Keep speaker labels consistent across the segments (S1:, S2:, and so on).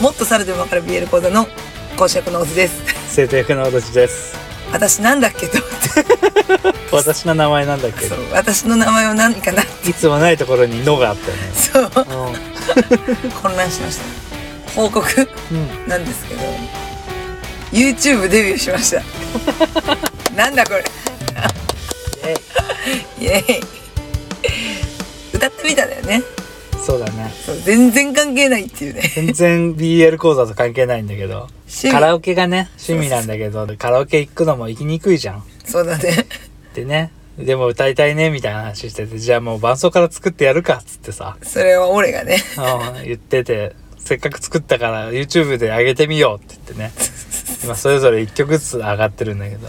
S1: もっと猿でもわかる BL 講座の講師役のオズです。
S2: 生徒役の私です
S1: 私なんだっけと思っ
S2: 私の名前なんだってけ
S1: そう私の名前は何かなって
S2: いつもないところに「の」があったよね
S1: そう
S2: う
S1: 混乱しました。報告
S2: ん、うん、
S1: なんですけど YouTube デビューしました。なんだこれ
S2: え
S1: イエーイ歌ってみたんだよね
S2: そうだね
S1: そう全然関係ないっていうね
S2: 全然 BL 講座と関係ないんだけど
S1: 趣味
S2: カラオケがね趣味なんだけどカラオケ行くのも行きにくいじゃん
S1: そうだね
S2: でねでも歌いたいねみたいな話しててじゃあもう伴奏から作ってやるかっつってさ、
S1: それは俺がね
S2: うん、言っててせっかく作ったから YouTube で上げてみようって言ってね今それぞれ1曲ずつ上がってるんだけど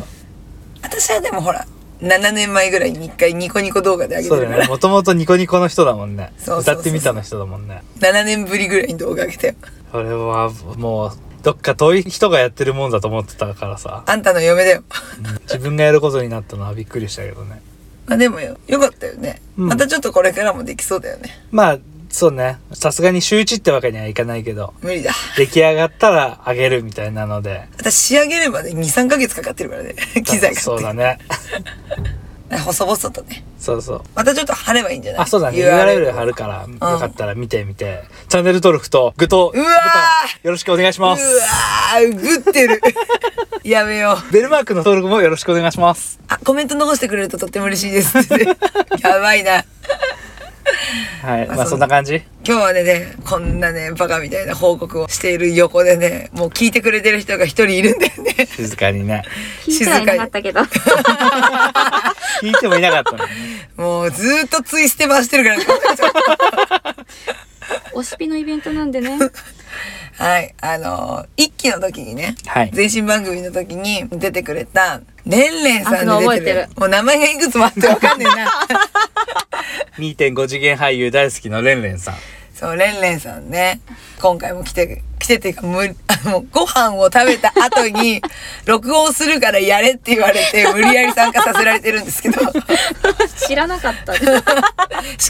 S1: 私はでもほら7年前ぐらいに1回ニコニコ動画で上げ
S2: そ
S1: て
S2: う
S1: る
S2: だ
S1: か
S2: よね
S1: ら、
S2: もともとニコニコの人だもんね
S1: そうそうそうそう
S2: 歌ってみたの人だもんね
S1: 7年ぶりぐらいに動画上げたよ
S2: それはもうどっか遠い人がやってるもんだと思ってたからさ
S1: あんたの嫁だよ
S2: 自分がやることになったのはびっくりしたけどね
S1: まあでもよよかったよね、
S2: うん
S1: またちょっとこれからもできそうだよね
S2: まあそうねさすがに週1ってわけにはいかないけど
S1: 無理だ
S2: 出来上がったらあげるみたいなので
S1: 私仕上げるまで23ヶ月かかってるから ね機材買って
S2: そうだね
S1: 細々とね
S2: そうそう
S1: またちょっと貼ればいいんじゃない
S2: あそうだね URL 貼るからよかったら見てみてチャンネル登録とグッド
S1: う
S2: ボ
S1: わー
S2: タンよろしくお願いし
S1: う
S2: ま
S1: わ
S2: す
S1: ーグってる やめよう
S2: ベルマークの登録もよろしくお願いします
S1: あコメント残してくれるととっても嬉しい ですってやばいな
S2: はい
S1: まあ
S2: まあ
S1: そ
S2: そ
S1: ん
S2: ん
S1: な
S2: な感じ
S1: 今日はねね、こんなね、バカみたいな報告をしている横でね、もう聞いてくれてる人が一人いるんだよね。
S2: 静かにね
S3: 聞いてはいなかったけど。
S2: 聞いてもいなかったのね
S1: もうずーっとツイステ回してるから、この人
S3: おしぴのイベントなんでね。
S1: はい、あのー一期の時にね、
S2: はい
S1: 前身番組の時に出てくれた、レンレンさんで出てる。
S3: あ
S1: もう名前がいくつもあってわかんねえな。
S2: 2.5次元俳優大好きのレンレンさん
S1: そう、レンレンさんね、今回も来て、来てっていうか、む、 あの、ご飯を食べた後に、録音するからやれって言われて、無理やり参加させられてるんですけど、
S3: 知らなかった。
S1: しか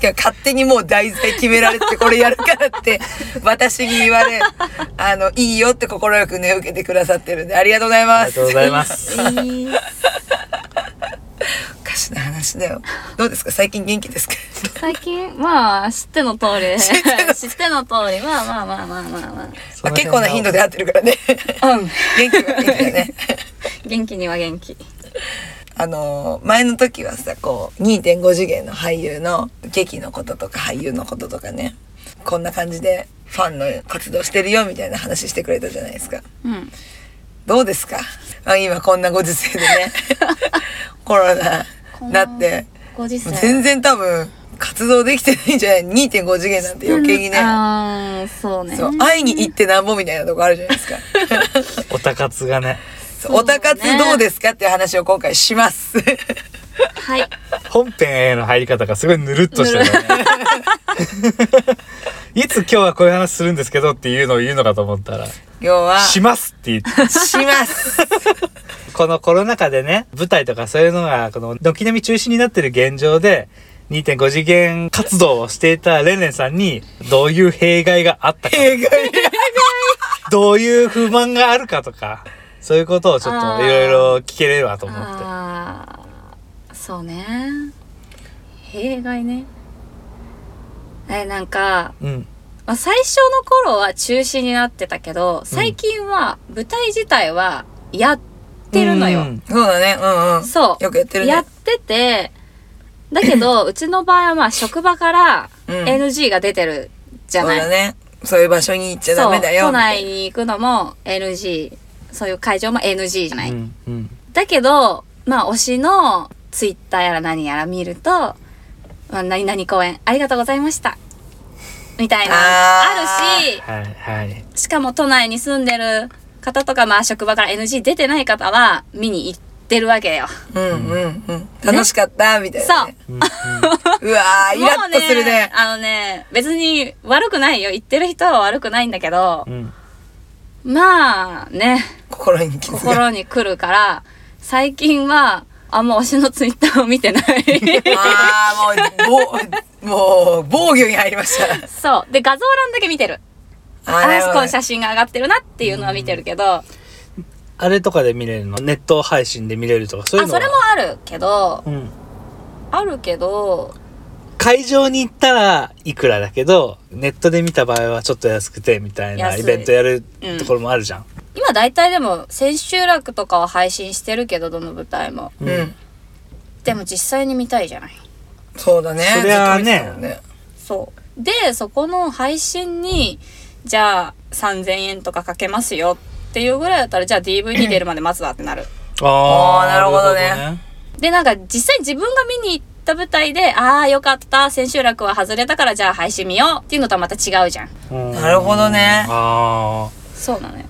S1: も勝手にもう題材決められて、これやるからって、私に言われ、あの、いいよって心よくね、受けてくださってるんで、ありがとうござい
S2: あ
S1: ま
S2: りが
S1: す
S2: とう。ございます
S3: えー
S1: おかしな話だ よ。どうですか最近元気ですか
S3: 最近、まあ、知っての通り。知っての通り。まあまあまあまあまあま
S2: そ
S1: まあ
S2: の辺
S1: 結構な頻度で会ってるから ね。
S3: あ。うん。
S1: 元気は元気だね。
S3: 元気には元気。
S1: あのー前の時はさこう2.5次元の俳優の劇のこととか俳優のこととかねこんな感じでファンの活動してるよみたいな話してくれたじゃないですか
S3: うん。
S1: どうですかあ今こんなご時世で ねコロ
S3: こ
S1: ナ
S3: ん
S1: だ
S3: な
S1: って
S3: ご時世。
S1: 全然多分活動できてないんじゃない2.5次元なんて余計にね
S3: ああ、そうね。
S1: そう会いに行ってなんぼみたいなとこあるじゃないです か
S2: おたかつがね
S1: そうおたかつどうですかっていう話を今回します
S3: はい。
S2: 本編への入り方がすごいぬるっとしてる ねいつ今日はこういう話するんですけどっていうのを言うのかと思ったら
S1: 今日は
S2: 「します」って言って
S1: します
S2: このコロナ禍でね舞台とかそういうのがこの軒並み中止になってる現状で2.5次元活動をしていたレンレンさんにどういう弊害があったか
S1: 映画
S2: どういう不満があるかとかそういうことをちょっ
S3: あ
S2: と
S3: ー
S2: いろいろ聞ければと思って。
S3: ああ、そうね。弊害ね。え、なんか、
S2: うん、
S3: まあ、最初の頃は中止になってたけど、最近は舞台自体はやってるのよ。
S2: うん
S1: そうだね、うんうん。
S3: そう。
S1: よくやってるね
S3: やってて、だけ ど、うちの場合はまあ職場から
S1: うん
S3: NG が出てるじゃない。
S1: そうだね。そういう場所に行っちゃダ
S3: そう
S1: メだよ。
S3: 都内に行くのも NG。そういう会場も NG じゃない。
S2: うんうん
S3: だけど、まあ推しのツイッターやら何やら見ると、まあ、何々公演ありがとうございました。みたいな、
S1: あ
S3: あ
S1: ー
S3: るし、
S2: はいはい
S3: しかも都内に住んでる方とか、まあ職場から NG 出てない方は見に行ってるわけよ。
S1: うんうんうん。楽しかった、みたいなね、
S2: うんう
S1: う。
S2: ん
S1: わー、イラッとする
S3: もう
S1: ね。
S3: あのね、別に悪くないよ。行ってる人は悪くないんだけど、
S2: うん
S3: まあね、
S1: 心に傷が。
S3: 心に来るから、最近は、あんま推しのツイッターを 見てない。
S1: あー、もう、ぼ、もう、防御に入りました。
S3: そう。で、画像欄だけ見てる。
S1: あ
S3: あ
S1: なるほど
S3: あこういう写真が上がってるなっていうのは見てるけど、
S2: あれとかで見れるのネット配信で見れるとか、そういう
S3: あ
S2: のは
S3: それもあるけど、
S2: うん。
S3: あるけど
S2: 会場に行ったらいくらだけど、ネットで見た場合はちょっと安くてみたいな
S3: 安い
S2: イベントやる
S3: うん
S2: ところもあるじゃん。
S3: 今大体でも千秋楽とかは配信してるけどどの舞台も
S1: うん、
S3: でも実際に見たいじゃない
S1: そうだね
S2: そりゃあ
S1: ずっと見
S2: ね
S1: てたもんね
S3: そうでそこの配信にじゃあ3,000円とかかけますよっていうぐらいだったらじゃあ DVD 出るまで待つわって なる
S1: あーなるほどね
S2: なるほどね
S3: でなんか実際自分が見に行った舞台でああよかった千秋楽は外れたからじゃあ配信見ようっていうのとはまた違うじゃん
S2: うん
S1: なるほどね
S2: あ
S3: そうなのよ
S2: あ。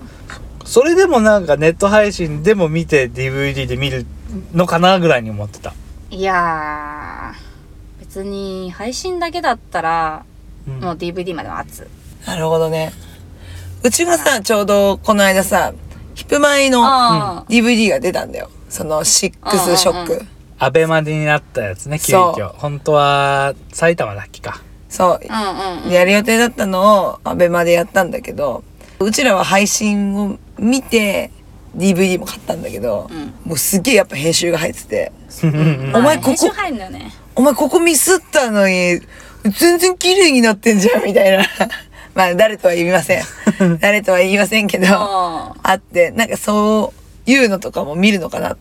S2: それでもなんかネット配信でも見て DVD で見るのかなぐらいに思ってた。
S3: いやー別に配信だけだったら
S2: うん
S3: もう DVD まで待つ
S1: なるほどねうちがさちょうどこの間さヒップマイの
S3: あ
S1: DVD が出たんだよそのシックスショック、
S3: うんうん
S2: アベマでになったやつね、急
S1: そう
S2: 遽。本当は埼玉だっけか。
S1: そう
S3: あうんうんうん
S1: やる予定だったのをアベマでやったんだけどうちらは配信を見て DVD も買ったんだけど、
S3: うん
S1: もうすげえやっぱ編集が入ってて
S3: まあ
S1: お前ここ
S3: 編集入るんだよね
S1: 「お前ここミスったのに全然綺麗になってんじゃん」みたいな まあ誰とは言いません 誰とは言いませんけどあ
S3: あ
S1: ってなんかそういうのとかも見るのかなっ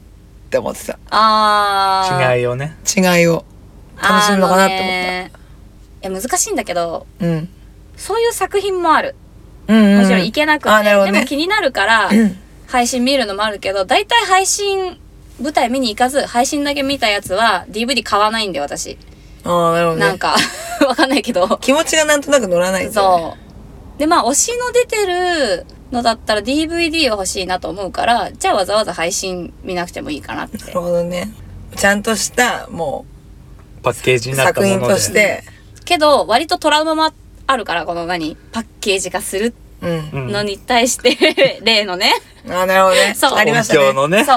S1: て思って
S3: あー
S2: 違いをね。
S1: た違いを楽しむのかなって思った、
S3: たいや難しいんだけど
S1: うん
S3: そういう作品もある
S1: うんうんうん
S3: もちろん行けなくて、
S1: あなるほど
S3: で
S1: ね
S3: も気になるから
S1: うん
S3: 配信見るのもあるけど大体配信舞台見に行かず配信だけ見たやつは DVD 買わないんで私
S1: ああなるほど、ね、
S3: なんか わかんないけど
S1: 気持ちがなんとなく乗らないんですよね
S3: そう。で、まあ、推しの出てるのだったら DVD は欲しいなと思うから、じゃあわざわざ配信見なくてもいいかなって。
S1: なるほどねちゃんとしたも
S2: パッケージ
S1: う
S2: になった
S1: 作
S2: もの
S1: 品
S2: で。
S1: として
S3: けど、割とトラウマもあるから、この何パッケージ化する
S1: うん、
S2: うん
S3: のに対して、 例のね。
S1: あなるほどね
S3: そう
S1: ありましたね
S2: 音響のね。
S3: そ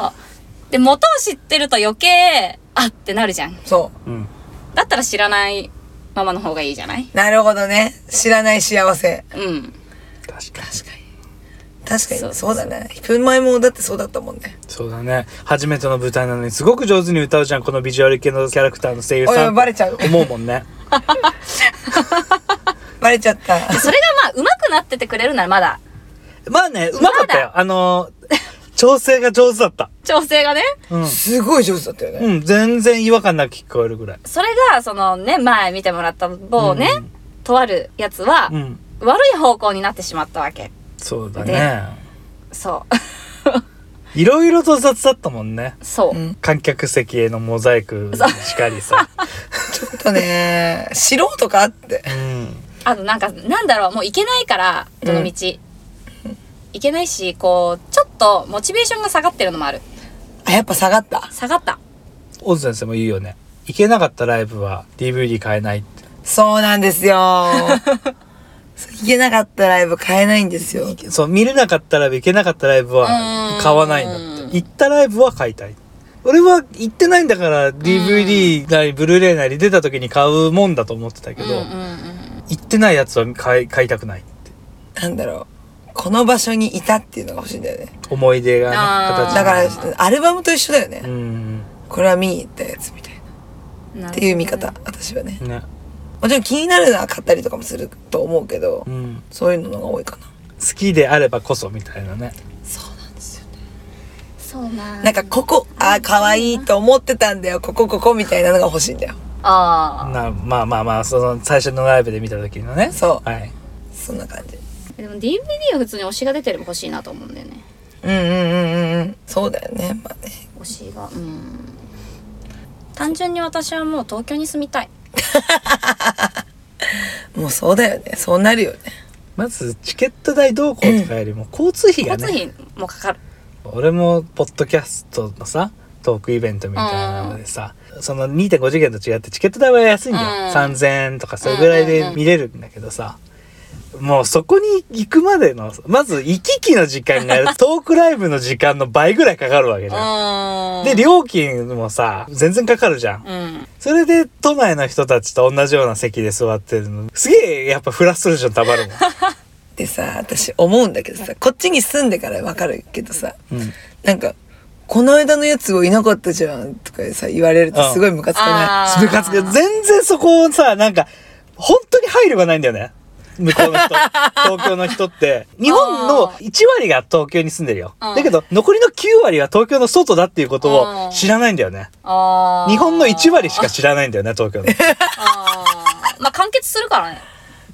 S3: う。で、元を知ってると余計、あってなるじゃん。
S1: そ
S2: うん。
S3: だったら知らないままの方がいいじゃないう
S1: なるほどね知らない幸せ
S3: うん。
S2: 確かに。
S1: 確かに
S3: そ
S1: そううだねヒップマイもだってそうだったもんね
S2: そうだね。初めての舞台なのに、すごく上手に歌うじゃん、このビジュアル系のキャラクターの声優
S1: おい
S2: さ
S1: お
S2: ん。
S1: いバレちゃう
S2: 思うも んね。
S1: バレちゃった
S3: それがまあ、上手くなっててくれるならまだ、
S2: まあね、うまかったよ。あのー、調整が上手だった。
S3: 調整がね。
S2: うん。
S1: すごい上手だったよね、
S2: うん、全然違和感なく聞こえるぐらい。
S3: それが、そのね、前見てもらった某ね、
S2: うん
S3: とあるやつは、
S2: うん。
S3: 悪い方向になってしまったわけ。
S2: そうだね。
S3: そ
S2: いろいろと雑だったもんね。
S3: う。 そう。
S1: うん
S2: 観客席へのモザイクしか りさ。
S1: ちょっとね素人かって
S2: うん。
S3: あとなんか、なんだろう、もう行けないから、どの道。行けないし、こう、ちょっと、モチベーションが下がってるのもある。
S1: あやっぱ下がった
S3: 下がった。
S2: オズ先生も言うよね。行けなかったライブは DVD 買えないって。
S1: そうなんですよそう行けなかったライブ買えないんですよ
S2: そう、見れなかったライブ、行けなかったライブ
S3: う
S2: は
S3: ん
S2: 買わないんだって。行ったライブは買いたい。俺は行ってないんだから、DVD なり、ブルーレイなり出た時に買うもんだと思ってたけ
S3: う
S2: ど
S3: ん、うんうん。
S2: 行ってないやつは買い、買いたくないって。
S1: なんだろうこの場所にいたっていうのが欲しいんだよね
S2: 思い出がね、
S3: あー
S2: 形に
S1: だか
S2: なる
S1: らアルバムと一緒だよね、
S2: うん。
S1: これは見に行ったやつみたいな
S3: なるほどね
S1: っていう見方、。私はね
S2: ね。
S1: もちろん気になるのは買ったりとかもすると思うけど、
S2: うん。
S1: そういうのが多いかな
S2: 好きであればこそみたいなね。
S1: そうなんですよ
S3: そうな
S1: なんかここあ可愛いと思ってたんだよここここみたいなのが欲しいんだよ
S3: あ
S2: なまあまあまあ、その最初のライブで見た時のね。
S1: そう
S2: はい。
S1: そんな感じ
S3: あ。でも DVD は普通に推しが出てれば欲しいなと思うんだよね。
S1: うんうんうんうんうんそうだよねまあね
S3: 推しが。うん。単純に私はもう東京に住みたい。
S1: もうそうだよねそうなるよね
S2: まず、チケット代どうこうとかよりも、交通費が
S3: 交
S2: ね。
S3: 通費もかかる。
S2: 俺もポッドキャストのさトークイベントみたいなのでさ、その2.5次元と違ってチケット代は安いんだよ、
S3: うん
S2: 3,000円とかそれぐらいで見れるんだけどさ、もうそこに行くまでのまず行き来の時間 がトークライブの時間の倍ぐらいかかるわけじゃん。
S3: うん。
S2: で、料金もさ、全然かかるじゃん。
S3: うん。
S2: それで、都 内の人たちと同じような席で座ってるの、すげえ、やっぱフラストレーション溜まるもん。
S1: ってさ、私思うんだけどさ、こっちに住んでからわかるけどさ、
S2: うん。
S1: なんか、この間のやつをいなかったじゃんとかさ、言われるとすごいムカつかない。
S3: あー
S2: 部活が全然そこをさ、なんか、本当に配慮がないんだよね。向こう の人。東京の人って。日本の
S3: あ
S2: 1割が東京に住んでるよ。
S3: うん
S2: だけど、残りの9割は東京の外だっていうこと
S3: う
S2: を
S3: ん
S2: 知らないんだよね。
S3: あー
S2: 日本の1割しか知らないんだよね、東 京の。
S3: あーまあ完結するからね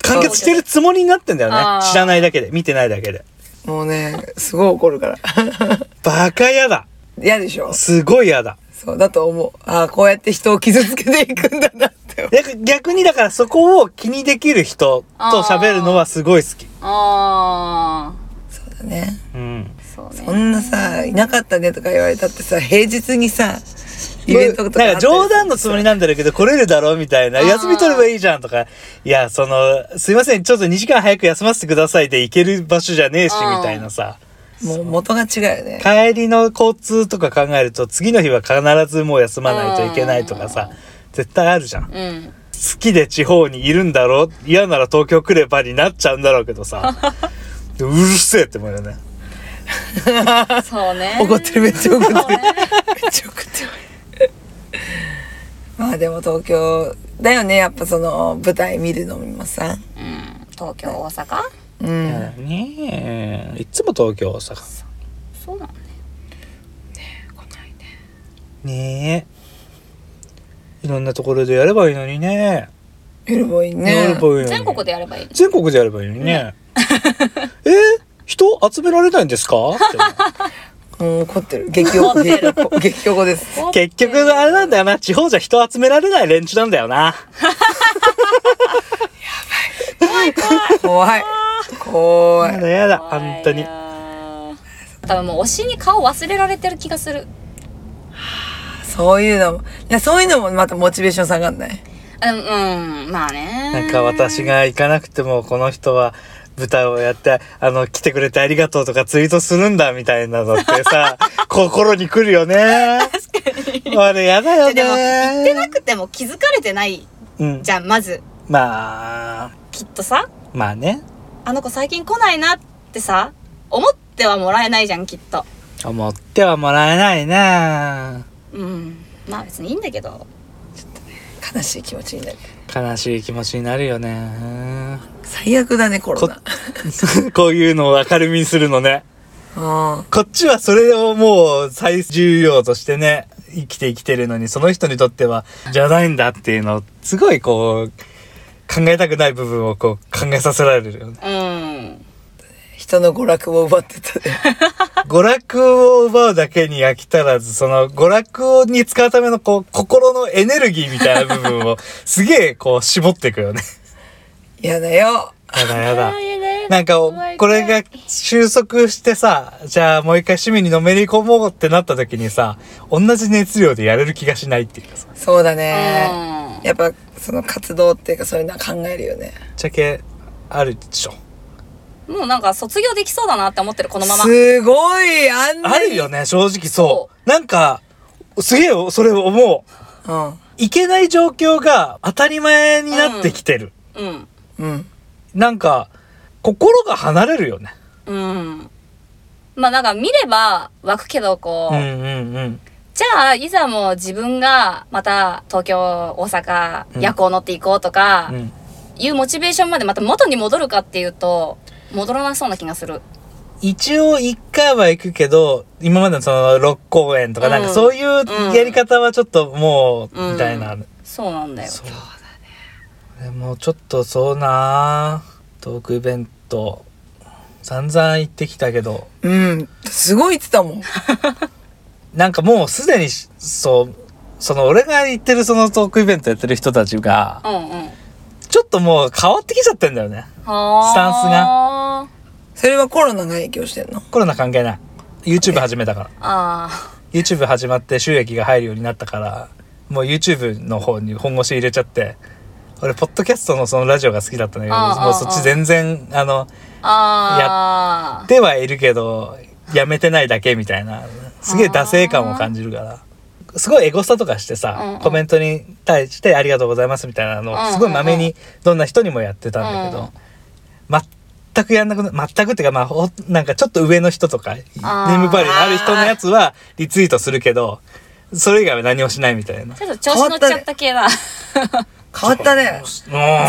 S2: 完結してるつもりになってんだよ
S3: あ
S2: ね。
S3: ー
S2: 知らないだけで、見てないだけで。
S1: もうね、すごい怒るから。
S2: バカやだ。
S1: 嫌でしょ
S2: すごいやだ。
S1: そう、だと思う。ああ、こうやって人を傷つけていくんだなって思う。
S2: 逆逆にだからそこを気にできる人と喋るのはすごい好き。
S3: あ
S1: そうだね。
S2: うん。
S3: あそう
S1: こ
S3: ね
S1: んなさ、いなかったねとか言われたってさ、平日にさ、イベントとかあ
S2: な
S1: っ
S2: んか
S1: たり
S2: 冗談のつもりなんだろうけど、来れるだろうみたいな。
S3: あー
S2: 休み取ればいいじゃんとか。いや、その、すいません、ちょっと2時間早く休ませてくださいで行ける場所じゃねえし、
S3: うん
S2: みたいなさ。
S1: もう元が違うよね。
S2: 帰りの交通とか考えると、次の日は必ずもう休まないといけないとかさ。絶対あるじゃん。好
S3: うん
S2: きで地方にいるんだろう嫌なら東京来ればになっちゃうんだろうけ どさ。うるせえって思うよね。
S3: そうね
S1: 怒ってる、めっちゃ 怒ってる。めっちゃ怒ってる。まあでも東京だよね、やっぱその舞台見るのもさ。
S3: うん東京大阪
S1: うん。
S2: ねえ。いつも東京、大阪。
S3: そうなのね
S2: ねえいろんなところでやればいいのにね
S1: エルボイン
S2: や
S1: ね
S2: れ。ばいいのに
S3: 全国でやればいい
S2: 全国でやればいいのにね えー人集められないんですかって思
S1: うん、怒ってる。激おこ、激おこ、 激おこです。
S2: う 結局あれなんだよな地方じゃ人集められない連中なんだよな
S1: 怖い。怖
S2: やだ
S1: い。
S2: やだ
S3: 怖い
S2: 本当に
S3: よ多分もう推しに顔忘れられてる気がする
S1: そういうのも、いやそういうのもまたモチベーション下がんない。
S3: あでもうんまあね
S2: なんか私が行かなくてもこの人は舞台をやってあの来てくれてありがとうとかツイートするんだみたいなのって さ心に来るよね確かにあれやだよね
S3: でも言ってなくても気づかれてない
S2: うん
S3: じゃんまず
S2: まあ
S3: きっとさ
S2: まあね
S3: あの子最近来ないなってさ思ってはもらえないじゃんきっと
S2: 思ってはもらえないな
S3: うんまあ別にいいんだけど
S1: 悲しい気持ちになる。
S2: 悲しい気持ちになるよね
S1: 最悪だね、コロ
S2: こ
S1: ナ。
S2: こういうのを明るみにするのね
S1: うん。
S2: こっちはそれをもう最重要としてね生きて生きてるのにその人にとってはじゃないんだっていうのをすごいこう考えたくない部分をこう考えさせられるよね
S3: うん
S1: 人の娯楽を奪ってたね。
S2: 娯楽を奪うだけに飽き足らずその娯楽に使うためのこう心のエネルギーみたいな部分をすげえこう絞っていくよね
S1: やだよ。
S2: やだやだ
S3: な
S2: なんか、これが収束してさ、じゃあもう一回趣味にのめり込もうってなった時にさ、同じ熱量でやれる気がしないっていうかさ、ぶっ
S1: そうだ
S3: う
S1: ね。
S3: ん
S1: やっぱ、その活動っていうか、そういうのは考えるよね。
S2: ちゃけあるでしょ。
S3: もうなんか卒業できそうだなって思ってるこのまます
S1: ごいあんな
S2: あ
S1: に
S2: るよね、正直そう。なんか、すげえよそれを思う。いけない状況が当たり前になってきてる。
S3: うん
S1: うん。うん。
S2: なんか、心が離れるよね。
S3: うんまあなんか見れば湧くけどこ
S2: う
S3: う、
S2: んうんうん。
S3: じゃあいざもう自分がまた東京大阪
S2: うん
S3: 夜行乗っていこうとか、
S2: うん
S3: いうモチベーションまでまた元に戻るかっていうと戻らなそうな気がする
S2: 一応一回は行くけど、今までのその6公演とかなんか
S3: うん
S2: そういうやり方はちょっともう、
S3: うん
S2: みたいな。
S3: そうなんだよ
S2: そうだね。でもちょっとそうなぁトークイベント、散々行ってきたけど、
S1: うん。すごい言ってたもん。
S2: なんかもうすでにし、そう、その俺が行ってるそのトークイベントやってる人たちが
S3: う、んうん
S2: ちょっともう変わってきちゃってんだよね。
S3: ス
S2: スタンス
S3: が
S1: それはコロナが影響してんの
S2: コロナ関係ない。YouTube 始めたから。
S3: あ
S2: YouTube 始まって収益が入るようになったから、もう YouTube の方に本腰入れちゃって、俺、ポッドキャストのそのラジオが好きだったんだけ
S3: ああ
S2: ど、もうそっち全然、あの、
S3: あああ
S2: ではいるけど、やめてないだけみたいな、すげえ惰性感を感じるから。すごいエゴサとかしてさ、
S3: うんうん
S2: コメントに対してありがとうございますみたいなの
S3: うんうんう
S2: を
S3: ん
S2: すごいまめにどんな人にもやってたんだけど、全くやんなくな、全くっていうか、まあ、ほなんかちょっと上の人とか、ネ
S3: あー
S2: ームバリューのある人のやつはリツイートするけど、それ以外は何もしないみたいな。
S3: ちょっと調子乗っちゃった系だ。
S1: 変わったね。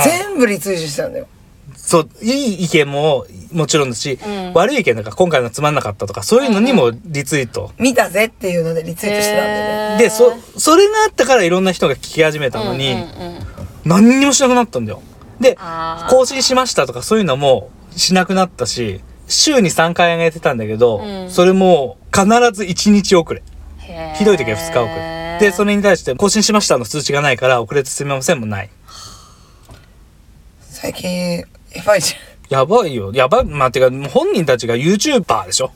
S2: 全
S1: 全部リツイートしたんだよ。
S2: そう、いい意見ももちろんだし、
S3: うん
S2: 悪い意見なんか今回のつまんなかったとか、そういうのにもリツイート。
S1: 見たぜっていうのでリツイートしてたんだよね。
S3: へー
S2: で、そ、それがあったからいろんな人が聞き始めたのに、
S3: うんうんうん
S2: 何にもしなくなったんだよ。で、
S3: あー
S2: 更新しましたとかそういうのもしなくなったし、週に3回上げてたんだけど、
S3: うん
S2: それも必ず1日遅れ。
S3: へー
S2: ひどい時は2日遅れ。で、それに対して更新しましたの通知がないから遅れてすみませんもない。
S1: 最近、やばいじ
S2: やばいよ。やばい。まあ、てか、本人たちが YouTuber でしょ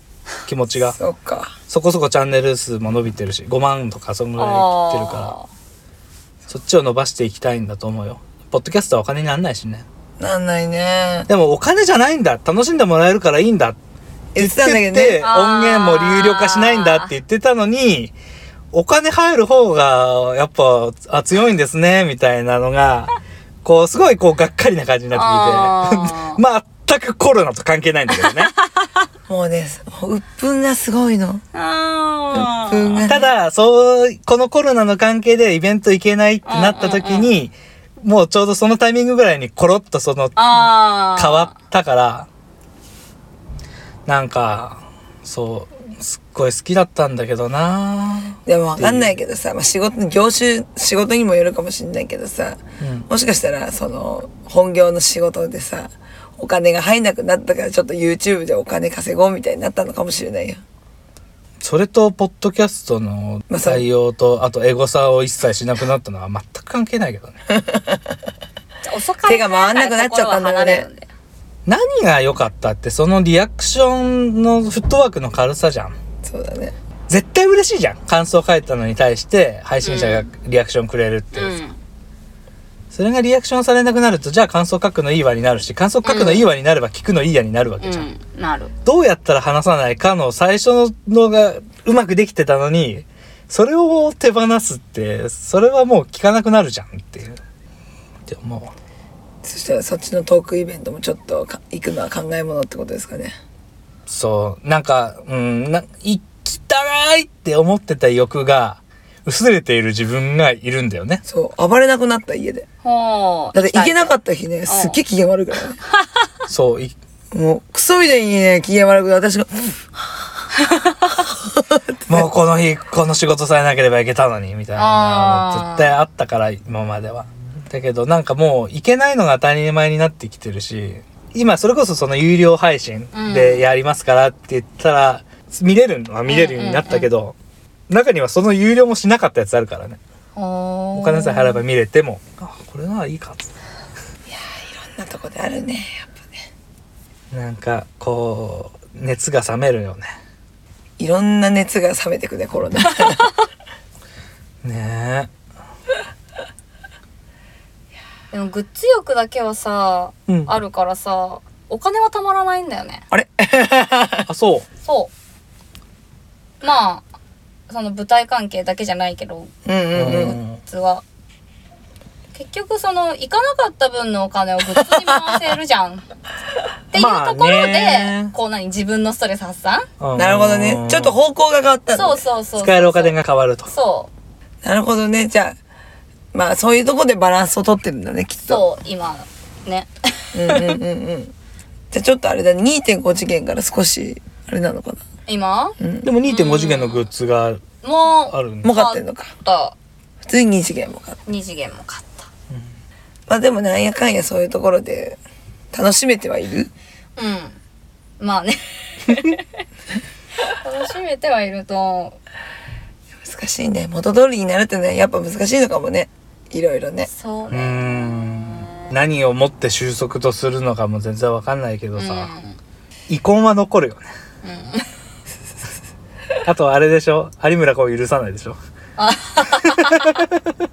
S2: 気持ち
S1: ゃん。
S2: が。
S1: そうか。
S2: そこそこチャンネル数も伸びてるし、5万とかそんぐらいいってるから、そっちを伸ばしていきたいんだと思うよ。ポッドキャストはお金になんないしね。
S1: なんないね。
S2: でもお金じゃないんだ楽しんでもらえるからいいんだって
S1: 言
S2: 言
S1: っ
S2: ってて
S1: たんだけ
S2: て、
S1: どね。
S2: 音源も流量化しないんだって言ってたのにお金入る方がやっぱあ強いんですねみたいなのがこうすごいこうがっかりな感じになってき
S3: あ
S2: て まあ全くコロナと関係ないんだけ どね
S1: もうね、もう鬱憤がすごいの。
S3: あ
S1: 鬱憤
S3: ー
S1: が。
S2: ただそうこのコロナの関係でイベント行けないってなった時に、もうちょうどそのタイミングぐらいにコロッとその
S3: あー。
S2: 変わったからなんかそうすっごい好きだったんだけどな
S1: でもわかんないけどさ、まあ、仕事、業種、仕事にもよるかもしんないけどさ、
S2: うん
S1: もしかしたら、その、本業の仕事でさ、お金が入んなくなったから、ちょっと YouTube でお金稼ごうみたいになったのかもしれないよ。
S2: それとポッドキャストの
S1: まあそう
S2: 採用とあとエゴサを一切しなくなったのは全く関係ないけどね
S3: 遅かった
S1: 手が回んなくなっちゃったんだよね
S2: 何が良かったってそのリアクションのフットワークの軽さじゃん
S1: そうだね。
S2: 絶対嬉しいじゃん感想書いたのに対して配信者がリアクションくれるっていう、
S3: うん。
S2: それがリアクションされなくなるとじゃあ感想書くのいいわになるし感想書くのいいわになれば聞くのいいやになるわけじゃん
S3: うん。なる。
S2: どうやったら話さないかの最初のがうまくできてたのに、それを手放すって、それはもう聞かなくなるじゃんっていう。って思う。
S1: そしたら、そっちのトークイベントもちょっとか行くのは考えものってことですかね。
S2: そう、なんか、うん、な、行きたいって思ってた欲が、薄れている自分がいるんだよね。
S1: そう、暴れなくなった家で。
S3: ほう。
S1: だって行けな
S3: っ
S1: かった日ね、すっげえ機嫌悪いからね。
S2: そう、い
S1: もう、クソみたいにね、機嫌悪くて、私が、
S2: もうこの日、この仕事さえなければいけたのに、みたいなの
S3: あー
S2: 絶対あったから、今までは。だけど、なんかもう、いけないのが当たり前になってきてるし、今、それこそその有料配信
S3: うん
S2: でやりますからって言ったら、見れるのは見れるようになったけど、中にはその有料もしなかったやつあるからね。
S3: た。お
S2: お金さえ払えば見れても、あ、これならいいかっつって。
S1: そんなとこであるね、やっぱね。
S2: なんか、こう、熱が冷めるよね。
S1: いろんな熱が冷めてくね、コ ロナ。
S2: ね
S3: でもグッズ欲だけはさ、
S2: え。うん。
S3: あるからさ、お金はたまらないんだよね。
S2: あ、そう。
S3: そう。まあ、その舞台関係だけじゃないけど、
S1: うんうんうん。
S3: グッズは。結局その、行かなかった分のお金をグッズに回せる じゃん。っていうところ
S2: まあ
S3: で
S2: ね、
S3: こう何自分のストレス発散
S2: うん
S1: なるほどね。ちょっと方向が変わった
S3: そ
S1: の、
S3: う
S1: ね。
S3: そうそう。
S2: 使えるお金。が変わると。
S3: そう。
S1: なるほどね。じゃあ、まあそういうとこでバランスを取ってるんだね、きっと。
S3: そう、今、ね。
S1: う。うんうんうんうん。じゃあちょっとあれだ、ね、2.5次元から少し、あれなのかな。
S3: 今
S2: でも2.5次元のグッズが
S3: もう、
S2: あるんで
S1: もう買ってんのか。
S3: ちょっと、
S1: 普通に2次元も買って。
S3: 二次元も買った。
S1: まあでもなんやかんやそういうところで、楽しめてはいる
S3: うん。まあね。 楽しめてはいると、
S1: 難しいね。元通りになるってね、やっぱ難しいのかもね。いろいろね。
S3: そ
S2: う
S3: う
S2: ー
S3: ね。
S2: ん何をもって収束とするのかも全然わかんないけど
S3: うん。
S2: さ、遺恨は残るよね。 あとあれでしょ有村子を許さないでしょ
S3: あ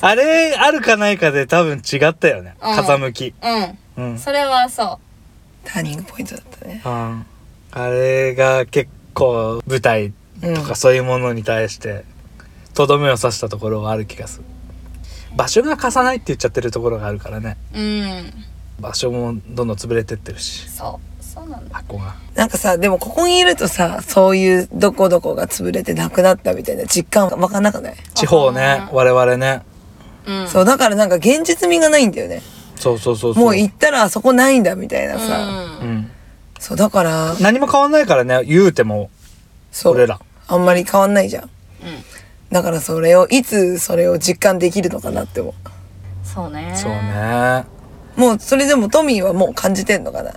S2: あれあるかないかで多分違ったよね。
S3: うん
S2: 風向き。
S3: うん。
S2: うん。
S3: それはそ
S1: ターニングポイントだったね。
S2: うんあれが結構舞台とかそういうものに対してとどめを刺したところはある気がする場所が貸さないって言っちゃってるところがあるからね
S3: う。うん。
S2: 場所もどんどん潰れてってるし
S3: そうそうなんだ
S2: 箱が
S1: なんかさ、でもここにいるとさ、そういうどこどこが潰れてなくなったみたいな実感わかんなくない、
S2: 地方ね
S3: あー
S2: 我々ね
S3: うん
S1: そう、だからなんか現実味がないんだよね。
S2: そうそうそうそ
S1: もう行ったらあそこないんだみたいなさ。
S3: う
S2: うんん、
S1: そう、だから、
S2: 何も変わんないからね言うても
S1: そう。
S2: 俺ら
S1: あんまり変わんないじゃん。
S3: うん
S1: だからそれを、いつそれを実感できるのかなって思
S3: そうね
S2: そうね
S1: う。もうそれでもトミーはもう感じてんのかな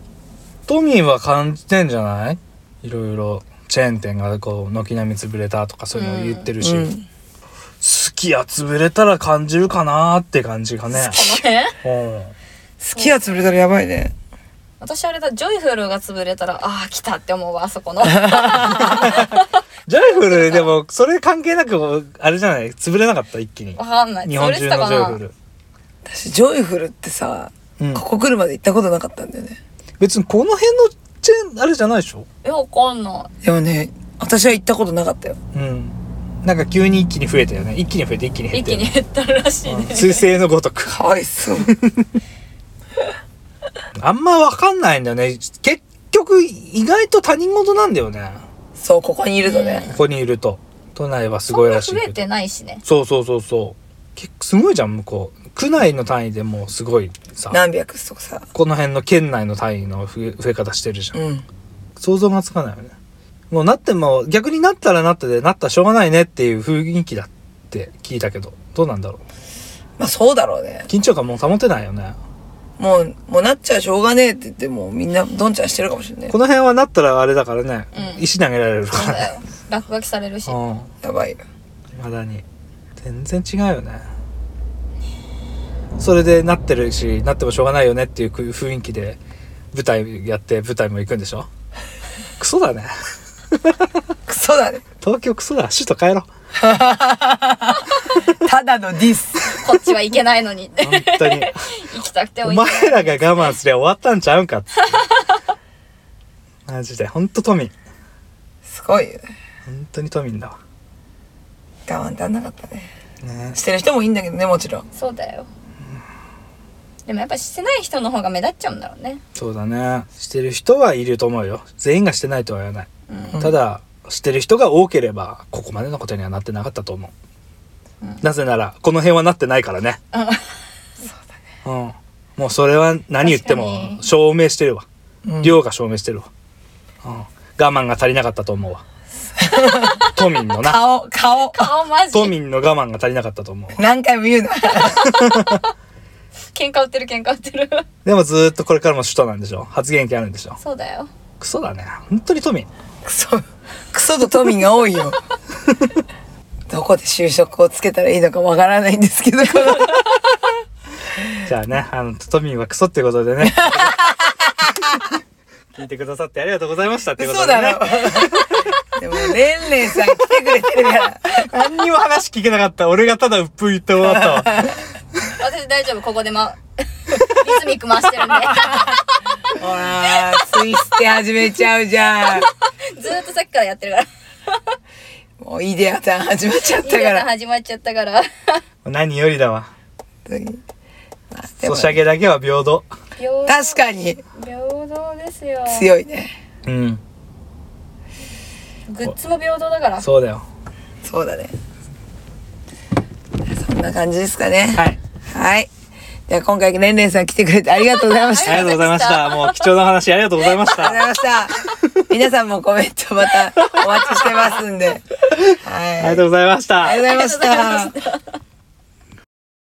S2: 都民は感じてんじゃないいろいろチェーン店がこう軒並み潰れたとかそういうのを言ってるし、
S1: うん。
S2: 好きや潰れたら感じるかなーって感じがね、
S3: この辺
S2: うん、
S1: 好きや潰れたらやばいね。
S3: 私あれだジョイフルが潰れたらああ来たって思うわあ そこの
S2: ジョイフルでもそれ関係なくあれじゃない潰れなかった一気に
S3: わかんない
S2: 日本中のジョイフル
S1: 私、ジョイフルってさ、
S2: うん
S1: ここ来るまで行ったことなかったんだよね。
S2: 別にこの辺のチェーンあれじゃないでしょ
S3: えわかんない
S1: でもね、私は行ったことなかったよ。
S2: うんなんか急に一気に増えたよね一気に増えて一気に減
S3: 一
S2: って
S3: 気に減ったらしいね
S2: 彗星のごとく
S1: かわい そう。
S2: あんまわかんないんだよね結局意外と他人事なんだよね
S1: そう、ここにいるとね。
S2: ここにいると都内はすごいらしい
S3: そんな増
S2: けど
S3: えてないしね
S2: そうそうそうそう結構すごいじゃん向こう区内の単位でもうすごいさ
S1: 何百とかさ。
S2: この辺の県内の単位の増え増え方してるじゃん
S1: うん。
S2: 想像がつかないよねもうなっても逆になったらなったでなったらしょうがないねっていう雰囲気だって聞いたけどどうなんだろう
S1: まあそうだろうね。
S2: 緊張感もう保てないよね
S1: もう、もうなっちゃしょうがねえって言って、もうみんなどんちゃんしてるかもしれない
S2: こ。の辺はなったらあれだからね、
S3: うん
S2: 石投げられるか
S3: そう
S2: らね
S3: だよ落書きされるし
S2: うん
S1: やばいよ。
S2: まだに全然違うよねそれでなってるしなってもしょうがないよねっていう雰囲気で舞台やって舞台も行くんでしょクソだね
S1: クソだね。
S2: 東京クソだ首都帰ろう
S1: ただのディス。
S3: こっちはいけないのに
S2: 本当に
S3: 行きたくても
S2: お
S3: 行け
S2: 前らが我慢すりゃ終わったんちゃうんかってマジで本当都民
S1: すごいよね。
S2: 本当に都民だわ
S1: 我慢足んなかったね。
S2: ね
S1: してる人もいいんだけどね、もちろん。
S3: そうだよでもやっぱしてない人の方が目立っちゃうんだろうね
S2: そうだねしてる人はいると思うよ全員がしてないとは言わない、
S1: ん
S2: ただしてる人が多ければここまでのことにはなってなかったと思う、
S3: うん
S2: なぜならこの辺はなってないからね
S3: うん
S2: うんもうそれは何言って
S3: 確
S2: も
S3: かに
S2: 証明してるわ、
S1: うん
S2: 量が証明してるわ、うん、我慢が足りなかったと思 うわ都民のな
S1: 顔、顔。
S3: 顔マジ
S2: 都民の我慢が足りなかったと思う。
S1: 何回も言うな。
S3: 喧嘩売ってる喧嘩売ってる
S2: でもずーっとこれからも首都なんでしょ発言権あるんでしょ
S3: そうだよ
S2: クソだね。本当に都民。
S1: クソ、クソと都民が多いよ。どこで就職をつけたらいいのかわからないんです けど、この
S2: じゃあね、あの、都民はクソってこと でね。聞いてくださってありがとうございましたってこと
S1: 嘘
S2: で
S1: だ
S2: ね
S1: ろ。。でも、レンレンさん来てくれてるから。
S2: 何にも話聞けなかった。俺がただうっぷ言って終わったわ。
S3: 私大丈夫こ こでまリズミック回してるん
S1: ほら、ツイステ始めちゃうじゃん。
S3: で ずーっとさっきからやってるから
S1: もうイデアさん始まっちゃった
S3: いい
S1: か
S3: ね
S1: ら。
S3: 始まっちゃったから
S2: 何よりだわ。
S1: まあで
S2: ソ
S1: も
S2: シャゲだけは平等。
S3: 平等
S1: 確かに
S3: 平等ですよ
S1: 強いね。
S2: うん。
S3: グッズも平等だから
S2: そうだよ。
S1: そうだね。そんな感じですかね。
S2: はい。
S1: はい。じゃあ今回、レンレンさん来てくれてありがとうございまし
S2: あ
S1: た。
S2: り
S1: あ
S2: が
S1: り
S2: とうございました。もう貴重な話ありがとうございまし
S1: がとうご
S2: た。
S1: ざいました。皆さんもコメントまたお待ちしてますんで。はい。
S2: ありがとうございました。
S1: ありがとうございました。